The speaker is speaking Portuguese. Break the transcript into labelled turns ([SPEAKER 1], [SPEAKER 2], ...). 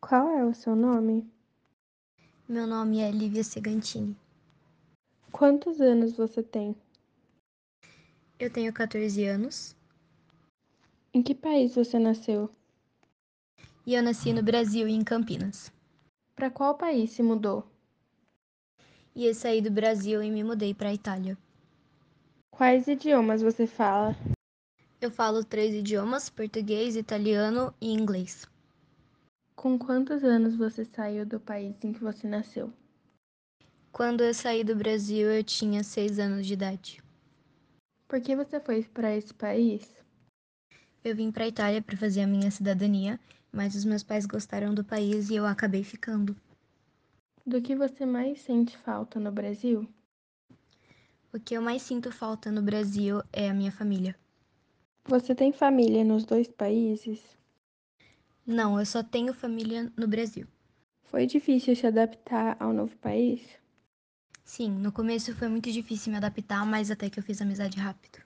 [SPEAKER 1] Qual é o seu nome?
[SPEAKER 2] Meu nome é Lívia Segantini.
[SPEAKER 1] Quantos anos você tem?
[SPEAKER 2] Eu tenho 14 anos
[SPEAKER 1] Em que país você nasceu?
[SPEAKER 2] e eu nasci no Brasil, em Campinas.
[SPEAKER 1] Para qual país se mudou?
[SPEAKER 2] E eu saí do Brasil e me mudei para a Itália.
[SPEAKER 1] Quais idiomas você fala?
[SPEAKER 2] Eu falo três idiomas: português, italiano e inglês.
[SPEAKER 1] Com quantos anos você saiu do país em que você nasceu?
[SPEAKER 2] Quando eu saí do Brasil, eu tinha 6 anos de idade.
[SPEAKER 1] Por que você foi para esse país?
[SPEAKER 2] Eu vim para a Itália para fazer a minha cidadania, mas os meus pais gostaram do país e eu acabei ficando.
[SPEAKER 1] Do que você mais sente falta no Brasil?
[SPEAKER 2] O que eu mais sinto falta no Brasil é a minha família.
[SPEAKER 1] Você tem família nos dois países?
[SPEAKER 2] Não, eu só tenho família no Brasil.
[SPEAKER 1] Foi difícil se adaptar ao novo país?
[SPEAKER 2] Sim, no começo foi muito difícil me adaptar, mas até que eu fiz amizade rápido.